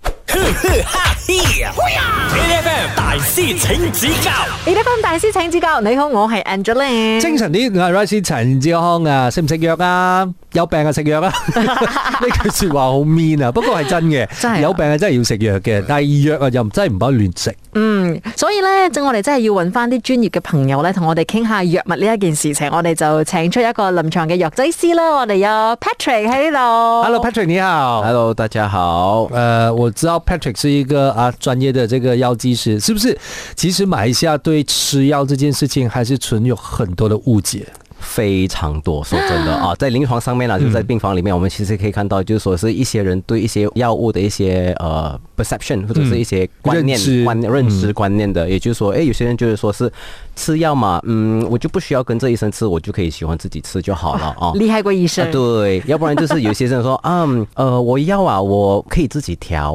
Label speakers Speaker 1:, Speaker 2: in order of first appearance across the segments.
Speaker 1: 呵呵哈嘿，A F M 大師請指教
Speaker 2: 你得咁大師請指教，你好，我係 Angeline。
Speaker 3: 精神啲，我係 Rice 陳志康啊，食唔食藥啊？有病啊食 藥啊！呢句说話好 mean 啊，不過係真嘅，
Speaker 2: 真係啊
Speaker 3: 有病啊真係要食藥嘅，但係藥啊又真係唔可以亂食。
Speaker 2: 嗯，所以咧，正我哋真係要揾翻啲專業嘅朋友咧，同我哋傾下藥物呢一件事情。我哋就請出一個臨床嘅藥劑師啦。我哋有 Patrick 喺呢度。
Speaker 3: Hello Patrick 你好
Speaker 4: Hello，大家好。
Speaker 3: 呃，我知道 Patrick 是一个啊专业的这个药剂师，是不是？其实马来西亚对吃药这件事情还是存有很多的误解。
Speaker 4: 非常多，说真的啊，在临床上面呢、就是在病房里面，我们其实可以看到，就是说是一些人对一些药物的一些呃 perception 或者是一些观念、
Speaker 3: 认知嗯
Speaker 4: 观认知观念的，也就是说，诶，有些人就是说是吃药嘛，嗯，我就不需要跟着医生吃，我就可以喜欢自己吃就好了啊。
Speaker 2: 厲害過醫
Speaker 4: 啊
Speaker 2: 生。，
Speaker 4: 对，要不然就是有些人说， 嗯，呃，我要啊，我可以自己调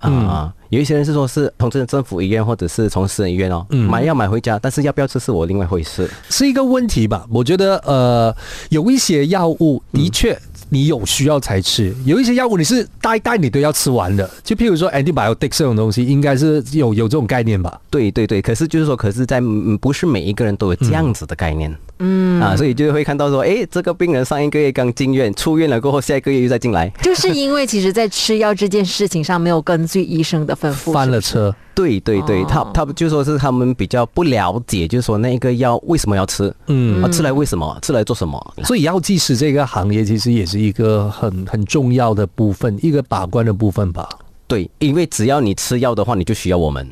Speaker 4: 啊。
Speaker 3: 嗯
Speaker 4: 有一些人是说是从政政府医院或者是从私人医院哦，
Speaker 3: 嗯
Speaker 4: 买药买回家，但是要不要吃是我另外一回事。
Speaker 3: 是一个问题吧。我觉得呃，有一些药物的确
Speaker 2: 嗯
Speaker 3: 你有需要才吃，有一些药物你是代代你都要吃完的。就譬如说 antibiotic 这种东西，应该是有有这种概念吧。
Speaker 4: 对对对，可是就是说，可是在嗯不是每一个人都有这样子的概念，嗯啊，所以就会看到说，诶，这个病人上一个月刚进院，出院了过后，下一个月又再进来，
Speaker 2: 就是因為其實在吃藥這件事情上，沒有根據醫生的吩咐。
Speaker 3: 翻了
Speaker 2: 是
Speaker 3: 车，
Speaker 4: 对对对，
Speaker 2: 哦
Speaker 4: 他他就说是他们比较不了解，就是说那个药为什么要吃，
Speaker 3: 嗯
Speaker 4: 啊，吃来为什么，吃来做什么，
Speaker 3: 所以药剂师这个行业其实也是一个很很重要的部分，一个把关的部分吧。
Speaker 4: 对，因为只要你吃药的话，你就需要我们。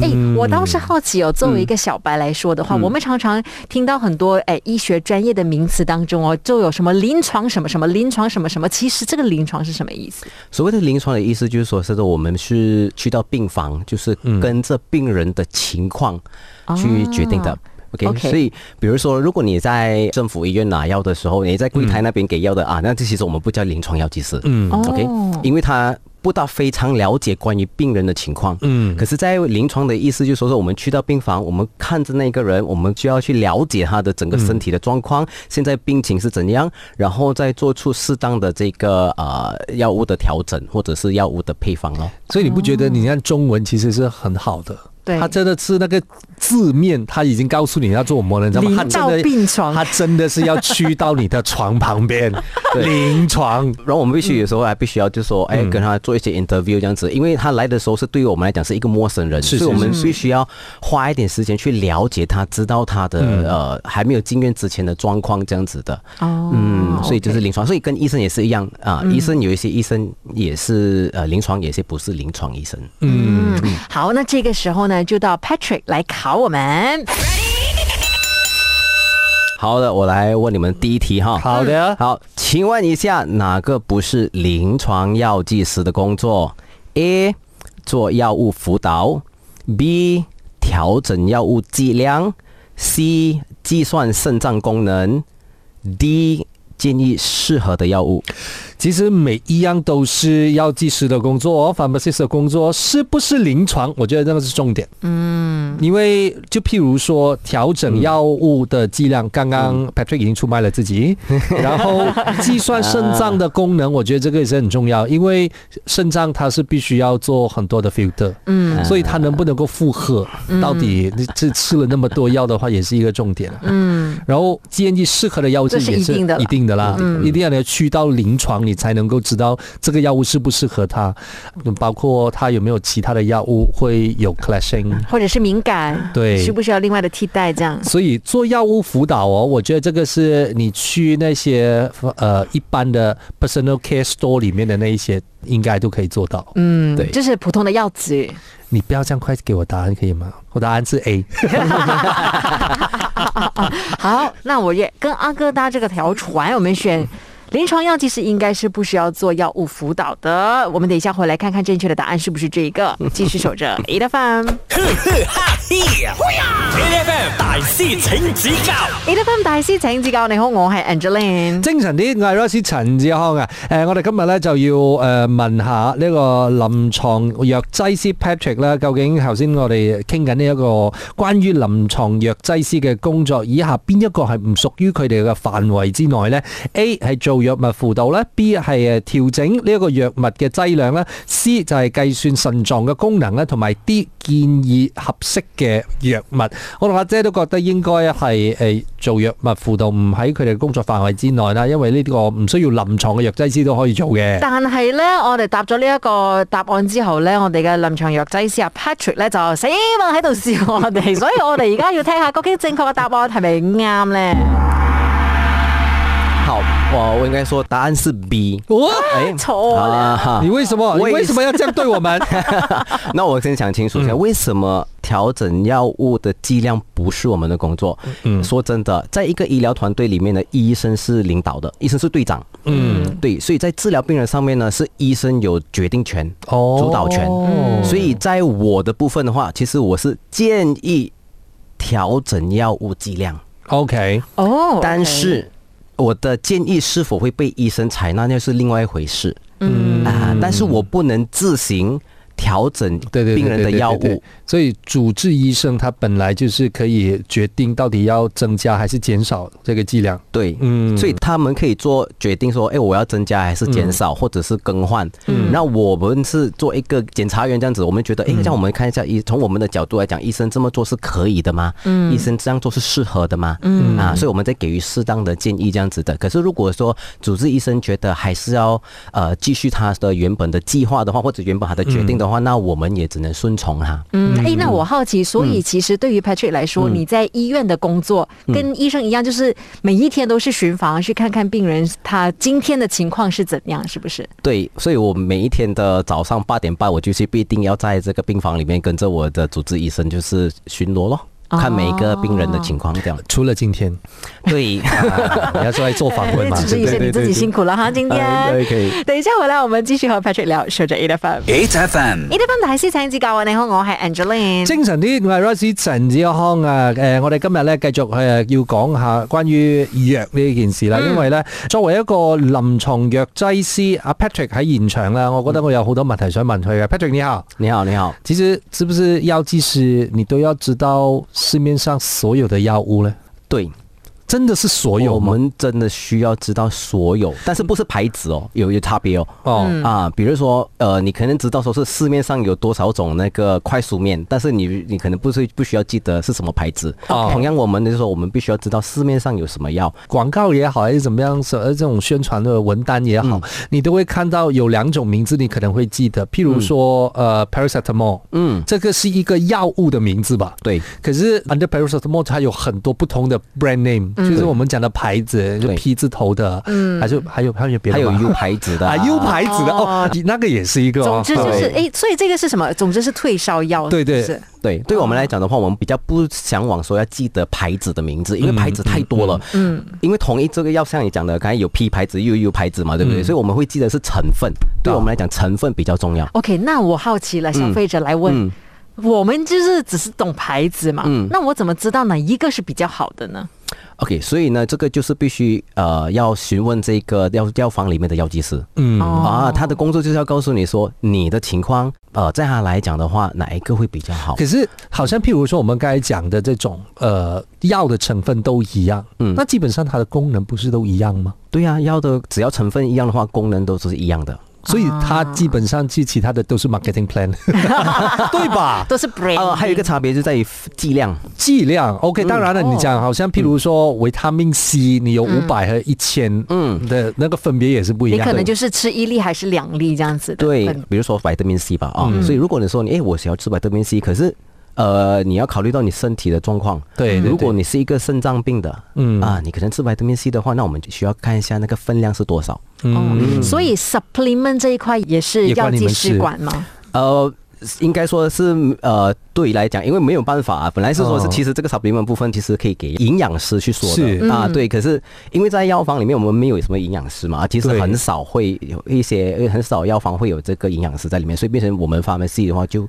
Speaker 2: 哎、
Speaker 3: 嗯
Speaker 2: 我倒是好奇哦，作为一个小白来说的话，我们常常听到很多哎医学专业的名词当中哦，就有什么临床什么什么临床什么什么，其实这个临床是什么意思？
Speaker 4: 所谓的临床的意思就是说，是说我们是去到病房，就是跟着病人的情况去决定的。
Speaker 2: 哦
Speaker 4: OK，,
Speaker 2: OK
Speaker 4: 所以比如说，如果你在政府医院拿药的时候，你在柜
Speaker 2: 嗯
Speaker 4: 台那边给药的、啊，那这其实我们不叫临床药剂师。嗯
Speaker 2: 哦
Speaker 4: ，OK，因为他不大非常了解关于病人的情况。
Speaker 3: 嗯
Speaker 4: 可是，在临床的意思就是说，是我们去到病房，我们看着那个人，我们就要去了解他的整个身体的状况，现在病情是怎样，然后再做出适当的这个呃药物的调整或者是药物的配方咯。
Speaker 3: 所以你不觉得你看中文其实是很好的？
Speaker 2: 对
Speaker 3: 他真的是那个字面，他已经告诉你要做什么了，你知道吗？他
Speaker 2: 临
Speaker 3: 真
Speaker 2: 到
Speaker 3: 的
Speaker 2: 病床
Speaker 3: 他真的是要去到你的床 旁边，
Speaker 4: 对
Speaker 3: 临床。
Speaker 4: 然后我们必须有时候还必须要就说，
Speaker 3: 嗯
Speaker 4: 哎，跟他做一些 interview 这样子，因为他来的时候是对于我们来讲是一个陌生人，
Speaker 3: 是
Speaker 4: 所以我们
Speaker 3: 是
Speaker 4: 必须要花一点时间去了解他，知道他的、
Speaker 3: 嗯
Speaker 4: 呃还没有进院之前的状况这样子的。
Speaker 2: 哦
Speaker 4: 嗯，所以就是
Speaker 2: OK
Speaker 4: 临床，所以跟医生也是一样啊。
Speaker 3: 嗯
Speaker 4: 医生有一些医生也是呃临床，有些不是临床医生。
Speaker 2: 嗯，好，那这个时候呢，就到 Patrick 来考我们。
Speaker 4: 好的，我来问你们第一题哈。
Speaker 3: 好的，
Speaker 4: 好，请问一下，哪个不是临床药剂师的工作？A. 做药物辅导，B. 调整药物剂量，C. 计算肾脏功能，D. 建议适合的药物。
Speaker 3: 其实每一样都是药剂师的工作、哦、，pharmacist 的工作，是不是临床？我觉得这个是重点。嗯，因为就譬如说调整药物的剂量，刚刚
Speaker 2: 嗯
Speaker 3: Patrick 已经出卖了 自己，然后计算肾脏的功能，我觉得这个也是很重要，因为肾脏它是必须要做很多的 filter，嗯，所以它能不能够负荷，到底这吃了那么多药的话，也是一个重点。
Speaker 2: 嗯，
Speaker 3: 然后建议适合的药剂
Speaker 2: 这是
Speaker 3: 也
Speaker 2: 一定的啦嗯
Speaker 3: 一定的啦，一定要你要去到临床，你才能够知道这个药物适不适合他，嗯包括他有没有其他的药物会有 clashing。
Speaker 2: 或者是敏感，
Speaker 3: 对
Speaker 2: 需不需要另外的替代这样？
Speaker 3: 所以做药物辅导哦，我觉得这个是你去那些呃一般的 personal care store 里面的那一些，应该都可以做到。
Speaker 2: 嗯，
Speaker 4: 对
Speaker 2: 就是普通的药局。
Speaker 3: 你不要这样快给我答案可以吗？我答案是 A。
Speaker 2: 好，那我也跟阿哥搭这个条船，我们选。临床药剂师应该是不需要做药物辅导的，我们等一下回来看看正确的答案是不是这一个。继续守着 A 的饭
Speaker 1: 呵呵哈嘿，A F M 大師請指教
Speaker 2: ，A 的饭大師請指教。你好，我係 Angeline。
Speaker 3: 精神啲，我係 Rosie 陳志康啊！誒、我哋今日咧就要誒、呃、問下呢個臨床藥劑師 Patrick 啦，究竟頭先我哋傾緊呢一個關於臨床藥劑師嘅工作，以下邊一個係唔屬於佢哋嘅範圍之內呢 a 係做做藥物輔導咧，B 係誒調整呢一個藥物嘅劑量咧，C 就係計算腎臟嘅功能咧，同埋 D 建議合適嘅藥物。我同阿姐都覺得應該係誒呃做藥物輔導唔喺佢哋嘅工作範圍之內啦，因為呢個唔需要臨床嘅藥劑師都可以做嘅。
Speaker 2: 但係咧，我哋答咗呢一個答案之後咧，我哋嘅臨床藥劑師阿 Patrick 咧就死啦喺度笑我 哋，所以我哋而家要聽下究竟正確嘅答案係咪啱咧？
Speaker 4: 好，我我应该说答案是 B。
Speaker 3: 哇！
Speaker 4: 哎
Speaker 2: 错了
Speaker 4: 啊哈
Speaker 3: 你为什么？你
Speaker 4: 为
Speaker 3: 为什么要这样对我 们？
Speaker 4: 那我先想清楚一下，为什么调整药物的剂量不是我们的工作？嗯，说真的，在一个医疗团队里面呢，医生是领导的，医生是队长。嗯，对，所以在治疗病人上面呢，是医生有决定权、
Speaker 3: 哦
Speaker 4: 主导权。所以在我的部分的话，其实我是建议调整药物剂量，
Speaker 3: OK，
Speaker 2: 哦，
Speaker 4: 但是我的建议是否会被医生采纳，那是另外一回事。嗯啊，但是我不能自行调整
Speaker 3: 对对对
Speaker 4: 病人的药物。
Speaker 3: 对对对所以主治医生他本来就是可以决定到底要增加还是减少这个剂量。
Speaker 4: 对，
Speaker 3: 嗯
Speaker 4: 所以他们可以做决定说，哎，我要增加还是减少，或者是更换。嗯，那我们是做一个检察员这样子，我们觉得，哎，这样我们看一下医，从我们的角度来讲，医生这么做是可以的吗？嗯，医生这样做是适合的吗？嗯，啊，所以我们在给予适当的建议这样子的。可是如果说主治医生觉得还是要呃继续他的原本的计划的话，或者原本他的决定的话，那我们也只能顺从哈。
Speaker 2: 嗯，哎，那我好奇，所以其实对于 Patrick 来
Speaker 4: 嗯
Speaker 2: 说，你在医院的工作跟医生一样，就是每一天都是巡房，去看看病人他今天的情况是怎样，是不是？
Speaker 4: 对，所以我每一天的早上八点半，我就是必定要在这个病房里面跟着我的主治医生，就是巡逻咯。
Speaker 2: 哦
Speaker 4: 看每一个病人的情况，这样、
Speaker 3: 除了今天，
Speaker 4: 对，啊
Speaker 3: 你要出来做访问 嘛？
Speaker 2: 主治
Speaker 3: 对
Speaker 2: 医
Speaker 3: 不对
Speaker 2: 生你自己辛苦了哈，今
Speaker 4: 哎
Speaker 2: 天
Speaker 4: 对可以。
Speaker 2: 等一下回来，我们继续和 Patrick 聊，守着 A F M。
Speaker 1: ，H F M，
Speaker 2: A F M 大师请指教啊！你好，我系 Angeline。
Speaker 3: 精神啲，我係 Rosie 陳子康啊！誒、我哋今日咧繼續誒、要講下關於藥呢件事啦，因為咧作為一個臨床藥劑師，阿 Patrick 喺現場啦，我覺得我有好多問題想問佢嘅。Patrick 你好，
Speaker 4: 你好，你好，
Speaker 3: 其實是不是藥劑師你都要知道市面上所有的藥物呢？
Speaker 4: 对，
Speaker 3: 真的是所有
Speaker 4: 我
Speaker 3: 吗？
Speaker 4: 们真的需要知道所有，但是不是牌子哦，有有差别哦。
Speaker 3: 哦，
Speaker 2: 嗯
Speaker 4: 啊，比如说，呃，你可能知道说是市面上有多少种那个快速面，但是你你可能不是不需要记得是什么牌子。
Speaker 3: OK
Speaker 4: 同样，我们就是说，我们必须要知道市面上有什么药，
Speaker 3: 广告也好，还是怎么样，呃，这种宣传的文单也
Speaker 4: 嗯
Speaker 3: 好，你都会看到有两种名字，你可能会记得，譬如说，呃，paracetamol，
Speaker 4: 嗯，
Speaker 3: 这个是一个药物的名字吧？
Speaker 4: 对。
Speaker 3: 可是 under paracetamol 它有很多不同的 brand name，、就是我们讲的牌子，就
Speaker 4: 嗯对
Speaker 3: P 字头的，
Speaker 2: 嗯
Speaker 3: 还是还有还有别的
Speaker 4: 还有
Speaker 3: 吗
Speaker 4: U 牌子 的
Speaker 3: 啊 U 牌子的哦那个也是一个、
Speaker 2: 总
Speaker 3: 哦。
Speaker 2: 之就是
Speaker 4: 对
Speaker 2: 哎，所以这个是什么？总之是退烧药，
Speaker 3: 对对
Speaker 2: 是
Speaker 4: 对，对我们来讲的话，我们比较不向往说要记得牌子的名字，
Speaker 3: 嗯
Speaker 4: 因为牌子太多了。嗯，因为同一这个药，像你讲的，刚才有 P 牌子，又有 U 牌子嘛，对
Speaker 3: 嗯
Speaker 4: 不对？所以我们会记得是成分，对我们来讲，成分比较重要。
Speaker 2: OK，那我好奇了，消费者来问，
Speaker 4: 嗯
Speaker 2: 我们就是只是懂牌子嘛，那我怎么知道哪一个是比较好的呢？
Speaker 4: OK，所以呢，这个就是必须呃要询问这个药药房里面的药剂师。
Speaker 3: 嗯
Speaker 2: 哦
Speaker 4: 啊，他的工作就是要告诉你说你的情况，呃，在他来讲的话，哪一个会比较好？
Speaker 3: 可是，好像譬如说我们刚才讲的这种，呃，药的成分都一样，
Speaker 4: 嗯
Speaker 3: 那基本上它的功能不是都一样吗？
Speaker 4: 对呀、药的只要成分一样的话，功能都是一样的。
Speaker 3: 所以它基本上去其他的都是 marketing plan，对 吧？
Speaker 2: 都是 brand，、
Speaker 4: 啊，还有一
Speaker 3: 嗯
Speaker 4: 个差别就在于剂量。
Speaker 3: 剂量
Speaker 2: 嗯
Speaker 3: OK，当然了，你讲好像譬如说维他命 C，你有五百和一千，嗯的那个分别也是不一
Speaker 2: 嗯你
Speaker 3: 样
Speaker 2: 可能
Speaker 3: 的。
Speaker 2: 就是吃一粒还是两粒这样子的
Speaker 4: 对
Speaker 2: 分，
Speaker 4: 比如说维他命 C 吧，啊、
Speaker 3: 嗯
Speaker 4: 所以如果你说你哎，我想要吃维他命 C，可是呃，你要考虑到你身体的状况。
Speaker 3: 对对对
Speaker 4: 如果你是一个肾脏病的，嗯啊，你可能吃维他命 C 的话，那我们就需要看一下那个分量是多少。
Speaker 2: 哦，所以 supplement 这一块也是
Speaker 3: 也
Speaker 2: 药
Speaker 3: 关你
Speaker 2: 剂
Speaker 3: 们
Speaker 2: 师
Speaker 3: 事
Speaker 2: 管吗？
Speaker 4: 呃，应该说是呃，对你来讲，因为没有办法啊，本来是说
Speaker 3: 哦
Speaker 4: 是其实这个 supplement 部分其实可以给营养师去说
Speaker 3: 是
Speaker 4: 的啊，对，可是因为在药房里面我们没有什么营养师嘛，其实
Speaker 3: 对
Speaker 4: 很少会有一些呃很少药房会有这个营养师在里面，所以变成我们 pharmacy 的话就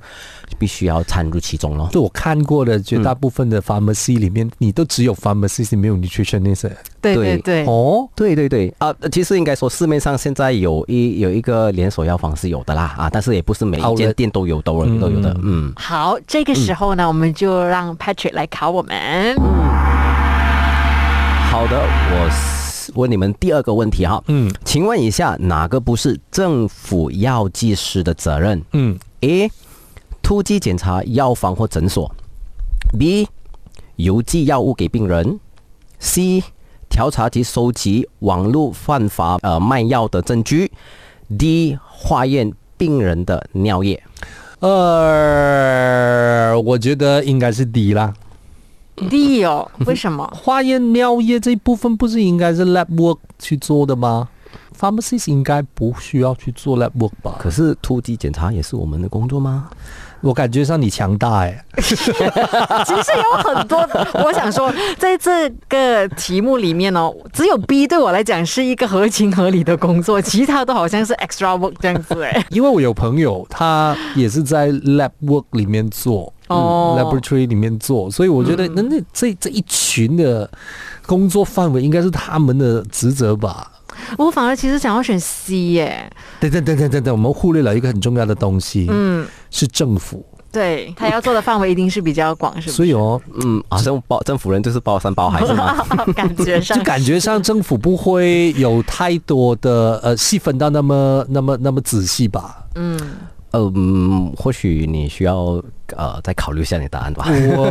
Speaker 4: 必须要参入其中咯。
Speaker 3: 就我看过的绝大部分的 pharmacy 里面，你都只有 pharmacist 没有 nutritionist
Speaker 2: 对对
Speaker 4: 对
Speaker 2: 对，
Speaker 3: 哦。
Speaker 4: 对对对啊，其实应该说市面上现在有一有一个连锁药房是有的啦啊，但是也不是每一
Speaker 3: Outlet
Speaker 4: 间店都有，都有都有的，嗯。
Speaker 2: 好，这个时候呢，我们就让 Patrick 来考我们。
Speaker 4: 好的，我是问你们第二个问题哈。
Speaker 3: 嗯
Speaker 4: 请问一下，哪个不是政府药剂师的责任
Speaker 3: 嗯
Speaker 4: ？A. 突击检查药房或诊所；B. 邮寄药物给病人；C. 调查及收集网络犯法呃卖药的证据；D. 化验病人的尿液。
Speaker 3: 呃，我觉得应该是 D 啦。
Speaker 2: D 哦，为什么？
Speaker 3: 化验尿液这一部分不是应该是 lab work 去做的吗？Pharmacist 应该不需要去做 lab work 吧？
Speaker 4: 可是突击检查也是我们的工作吗？
Speaker 3: 我感觉上你强大哎、
Speaker 2: 其实有很多，我想说，在这个题目里面哦，只有 B 对我来讲是一个合情合理的工作，其他都好像是 extra work 这样子 哎。
Speaker 3: 因为我有朋友，他也是在 lab work 里面做，
Speaker 2: 哦嗯
Speaker 3: 嗯，laboratory 里面做，所以我觉得那那这这一群的工作范围应该是他们的职责吧。
Speaker 2: 我反而其实想要选 C 哎耶，
Speaker 3: 等等等等等等，我们忽略了一个很重要的东西，
Speaker 2: 嗯，
Speaker 3: 是政府。
Speaker 2: 对他要做的范围一定是比较广，是不
Speaker 3: 所
Speaker 2: 是？
Speaker 3: 以哦，
Speaker 4: 嗯，好像包政府人就是包山包海是吗？
Speaker 2: 感觉上
Speaker 3: 就感觉上政府不会有太多的呃细分到那么那么那么仔细吧。
Speaker 4: 嗯，或许你需要呃再考虑一下你的答案吧。
Speaker 2: 哎
Speaker 3: 哇，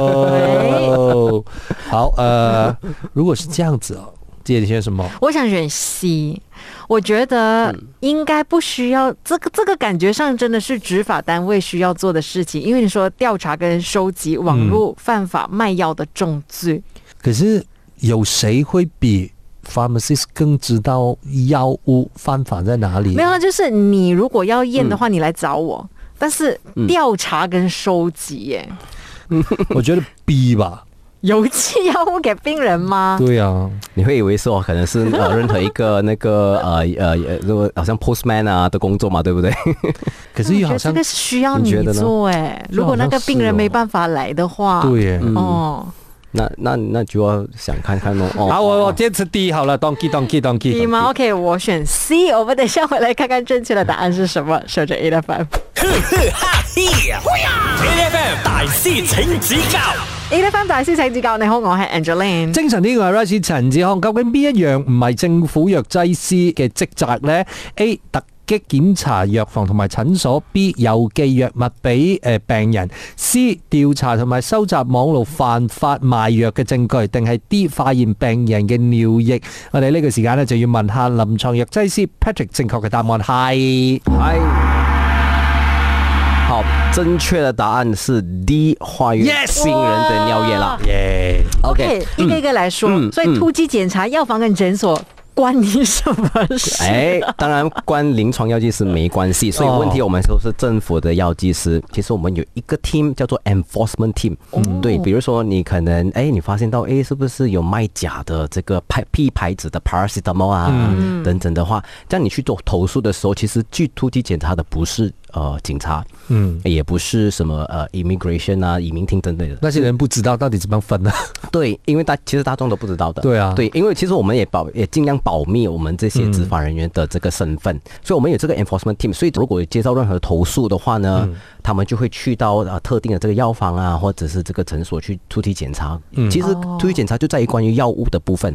Speaker 3: 哦好呃，如果是这样子哦，姐你选什么？
Speaker 2: 我想选 C，我觉得应该不需要这个这个感觉上真的是执法单位需要做的事情，因为你说调查跟收集网络犯法卖药的重罪，
Speaker 3: 可是有谁会比 pharmacist 更知道药物犯法在哪里？
Speaker 2: 没有啊，就是你如果要验的话，你来找我。但是
Speaker 4: 嗯
Speaker 2: 调查跟收集耶，
Speaker 3: 我觉得 B 吧。
Speaker 2: 邮寄药物给病人吗？
Speaker 3: 对啊，
Speaker 4: 你会以为说可能是呃任何一个那个呃呃呃，如果好像 postman 啊的工作嘛，对不 对？
Speaker 3: 可
Speaker 2: 我
Speaker 3: 是又
Speaker 2: 觉得
Speaker 3: 好
Speaker 2: 这
Speaker 3: 像
Speaker 2: 个是需要
Speaker 4: 你
Speaker 2: 你
Speaker 4: 觉得呢
Speaker 2: 做哎，如果那个病
Speaker 4: 哦
Speaker 2: 人没办法来的话，
Speaker 3: 对耶。
Speaker 2: 哦，
Speaker 4: 那那那就要想看看咯。哦，
Speaker 3: 好，
Speaker 4: 哦
Speaker 3: 我我
Speaker 4: 哦
Speaker 3: 坚持 D 好了，donkey donkey
Speaker 2: 你
Speaker 3: donkey。
Speaker 2: 吗？OK，我选 C。我们等一下回来看看正确的答案是什么。守着 A 的 FM。
Speaker 1: A F M 大师请指教
Speaker 2: ，A 的 FM 大師請指教，你好，我係 Angeline。
Speaker 3: 精神呢個係 r i s e 陳志康，究竟邊一樣唔係政府藥劑師嘅職責呢 a 突擊檢查藥房同埋診所；B. 郵寄藥物俾誒病人；C. 調查同埋收集網路犯法賣藥嘅證據；定係 D. 化驗病人嘅尿液。我哋呢個時間呢，就要問下臨床藥劑師 Patrick 正確嘅答案係
Speaker 4: 嗨，好，正确的答案是 D，化验
Speaker 3: Yes
Speaker 4: 病人的尿液啦。
Speaker 3: 耶。
Speaker 4: OK，
Speaker 2: 一个一个来说，
Speaker 4: 嗯
Speaker 2: 所以突击检查药房跟诊所关你什么事？
Speaker 4: 哎，当然关临床药剂师没关系，所以
Speaker 3: 哦
Speaker 4: 问题我们都是政府的药剂师。其实我们有一个 team 叫做 enforcement team，、对，比如说你可能哎，你发现到哎，是不是有卖假的这个牌 P 牌子的 paracetamol 啊、等等的话，这样你去做投诉的时候，其实去突击检查的不是呃警察，
Speaker 3: 嗯，
Speaker 4: 也不是什么呃 immigration 啊、移民厅等等的，
Speaker 3: 那些人不知道到底怎麼樣分啊？
Speaker 4: 对，因为大其实大众都不知道的。
Speaker 3: 对啊嗯
Speaker 4: 对，因为其实我们也保也尽量保密我们这些执法人员的这个身份，所以我们有这个 enforcement team。所以如果接到任何投诉的话呢，
Speaker 3: 嗯
Speaker 4: 他们就会去到呃特定的这个药房啊，或者是这个诊所去突击检查。
Speaker 3: 嗯
Speaker 4: 其实突击检查就在于关于药物的部分、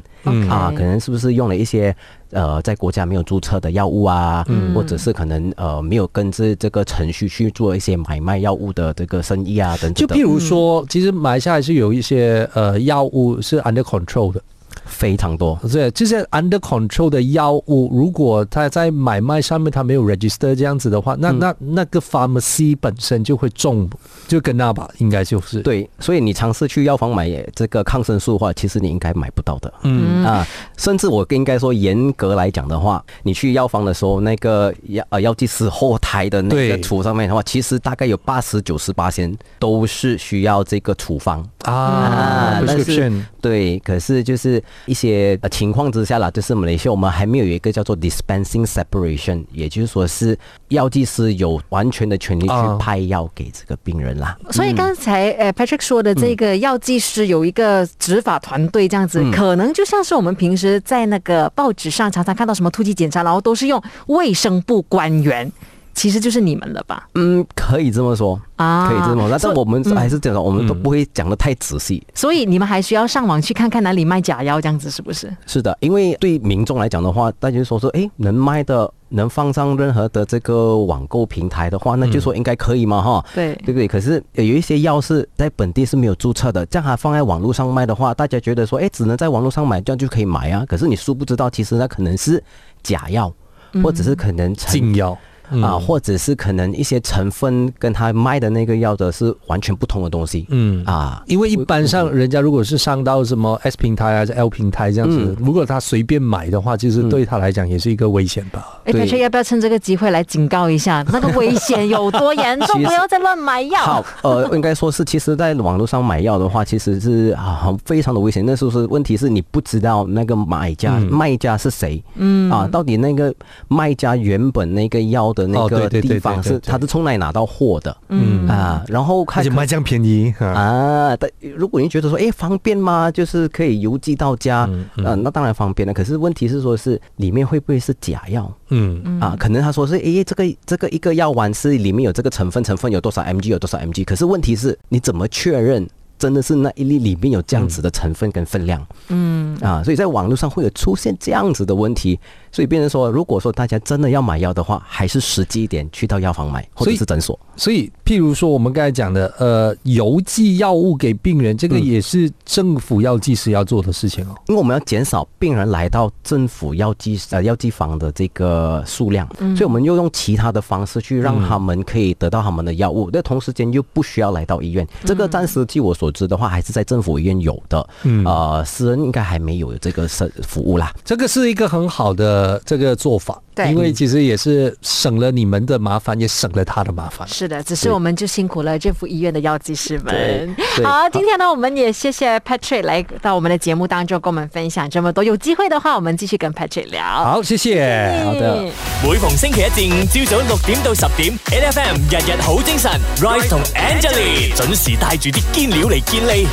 Speaker 4: 啊，可能是不是用了一些。呃，在国家没有注册的药物啊，
Speaker 3: 嗯
Speaker 4: 或者是可能呃没有跟这这个程序去做一些买卖药物的这个生意啊等
Speaker 3: 就
Speaker 4: 等的
Speaker 3: 譬，如说，其實馬來西亞是有一些呃藥物是 under control 的。
Speaker 4: 非常多。
Speaker 3: 对，这些 under control 的药物，如果它在买卖上面它没有 register 这样子的话，那、那那个 pharmacy 本身就会中，就跟那吧，应该就是。
Speaker 4: 对，所以你尝试去药房买这个抗生素的话，其实你应该买不到的。嗯啊，甚至我应该说，严格来讲的话，你去药房的时候，那个药呃药剂师后台的那
Speaker 3: 对
Speaker 4: 个处上面的话，其实大概有八十九十八仙都是需要这个处方。
Speaker 3: 啊
Speaker 4: 但是
Speaker 3: ，prescription
Speaker 4: 对，可是就是一些、呃、情况之下啦，就是马来西亚我们还没有一个叫做 dispensing separation，也就是说是药剂师有完全的权利
Speaker 3: 啊
Speaker 4: 去派药给这个病人啦。
Speaker 2: 所以刚才呃 Patrick 说的这
Speaker 4: 嗯
Speaker 2: 个药剂师有一个执法团队这样子，可能就像是我们平时在那个报纸上常常看到什么突击检查，然后都是用卫生部官员。其实就是你们了吧？
Speaker 4: 嗯，可以这么说，
Speaker 2: 啊
Speaker 4: 可以这么说。但
Speaker 2: 所以嗯
Speaker 4: 我们还是讲说，我
Speaker 3: 嗯
Speaker 4: 们都不会讲的太仔细。
Speaker 2: 所以你们还需要上网去看看哪里卖假药，这样子是不是？
Speaker 4: 是的，因为对民众来讲的话，大家就说说，诶，能卖的，能放上任何的这个网购平台的话，那就说
Speaker 3: 嗯
Speaker 4: 应该可以嘛，哈、
Speaker 2: 对
Speaker 4: 对不对？可是有一些药是在本地是没有注册的，这样它放在网络上卖的话，大家觉得说，诶，只能在网络上买，这样就可以买啊。可是你殊不知道，其实那可能是假药，
Speaker 2: 嗯
Speaker 4: 或者是可能成
Speaker 3: 禁药
Speaker 4: 啊，或者是可能一些成分跟他卖的那个药的是完全不同的东西。
Speaker 3: 嗯
Speaker 4: 啊，
Speaker 3: 因为一般上人家如果是上到什么 S 平台还是 L 平台这样子，如果他随便买的话，其实对他来讲也是一个危险吧。
Speaker 2: 哎，
Speaker 4: 对
Speaker 2: Patrick 要不要趁这个机会来警告一下，那个危险有多严
Speaker 4: 其
Speaker 2: 重？
Speaker 4: 实
Speaker 2: 不要再乱买药
Speaker 4: 好。， 呃，应该说是，其实，在网络上买药的话，其实是啊，很非常的危险。那时候是问题是你不知道那个买家、卖家是谁，嗯啊，到底那个卖家原本那个药的那
Speaker 3: 哦对
Speaker 4: 个
Speaker 3: 对对
Speaker 4: 地方
Speaker 3: 对对
Speaker 4: 是
Speaker 3: 对
Speaker 4: 他是从哪里拿到货的，嗯啊，然后看
Speaker 3: 而且卖这样便宜，啊、
Speaker 4: 啊，但如果你觉得说，哎，方便吗？就是可以邮寄到家，嗯那当然方便了。可是问题是说，是里面会不会是假药？
Speaker 3: 嗯，
Speaker 4: 啊，可能他说是，诶，这个这个一个药丸是里面有这个成分，成分有多少 mg，有多少 mg。可是问题是，你怎么确认真的是那一粒里面有这样子的成分跟分量？嗯，啊，所以在网络上会有出现这样子的问题，所以变成说，如果说大家真的要买药的话，还是实际一点，去到药房买或
Speaker 3: 所
Speaker 4: 者
Speaker 3: 以
Speaker 4: 是诊所。
Speaker 3: 所以譬如说我们刚才讲的，呃，邮寄药物给病人，这个也是政府药剂师要做的事情哦。
Speaker 4: 因为我们要减少病人来到政府药剂呃药剂房的这个数量，所以我们又用其他的方式去让他们可以得到他们的药物，但同时间又不需要来到医院。这个暂时据我所知的话，还是在政府医院有的，呃，私人应该还没有这个设服务啦。
Speaker 3: 这个是一个很好的这个做法，
Speaker 2: 对
Speaker 3: 因为其实也是省了你们的麻烦，也省了他的麻烦。
Speaker 2: 是的，只是我们就辛苦了政府医院的药剂师们
Speaker 4: 对。对
Speaker 2: 好，今天呢，我们也谢谢 Patrick 来到我们的节目当中，跟我们分享这么多。有机会的话，我们继续跟 Patrick 聊。嗯
Speaker 3: 好，谢谢，好的。
Speaker 1: 每逢星期一至五朝早六點到十點，N F M 日日好精神，Rise 同 Angelie 準時帶住啲堅料嚟健利。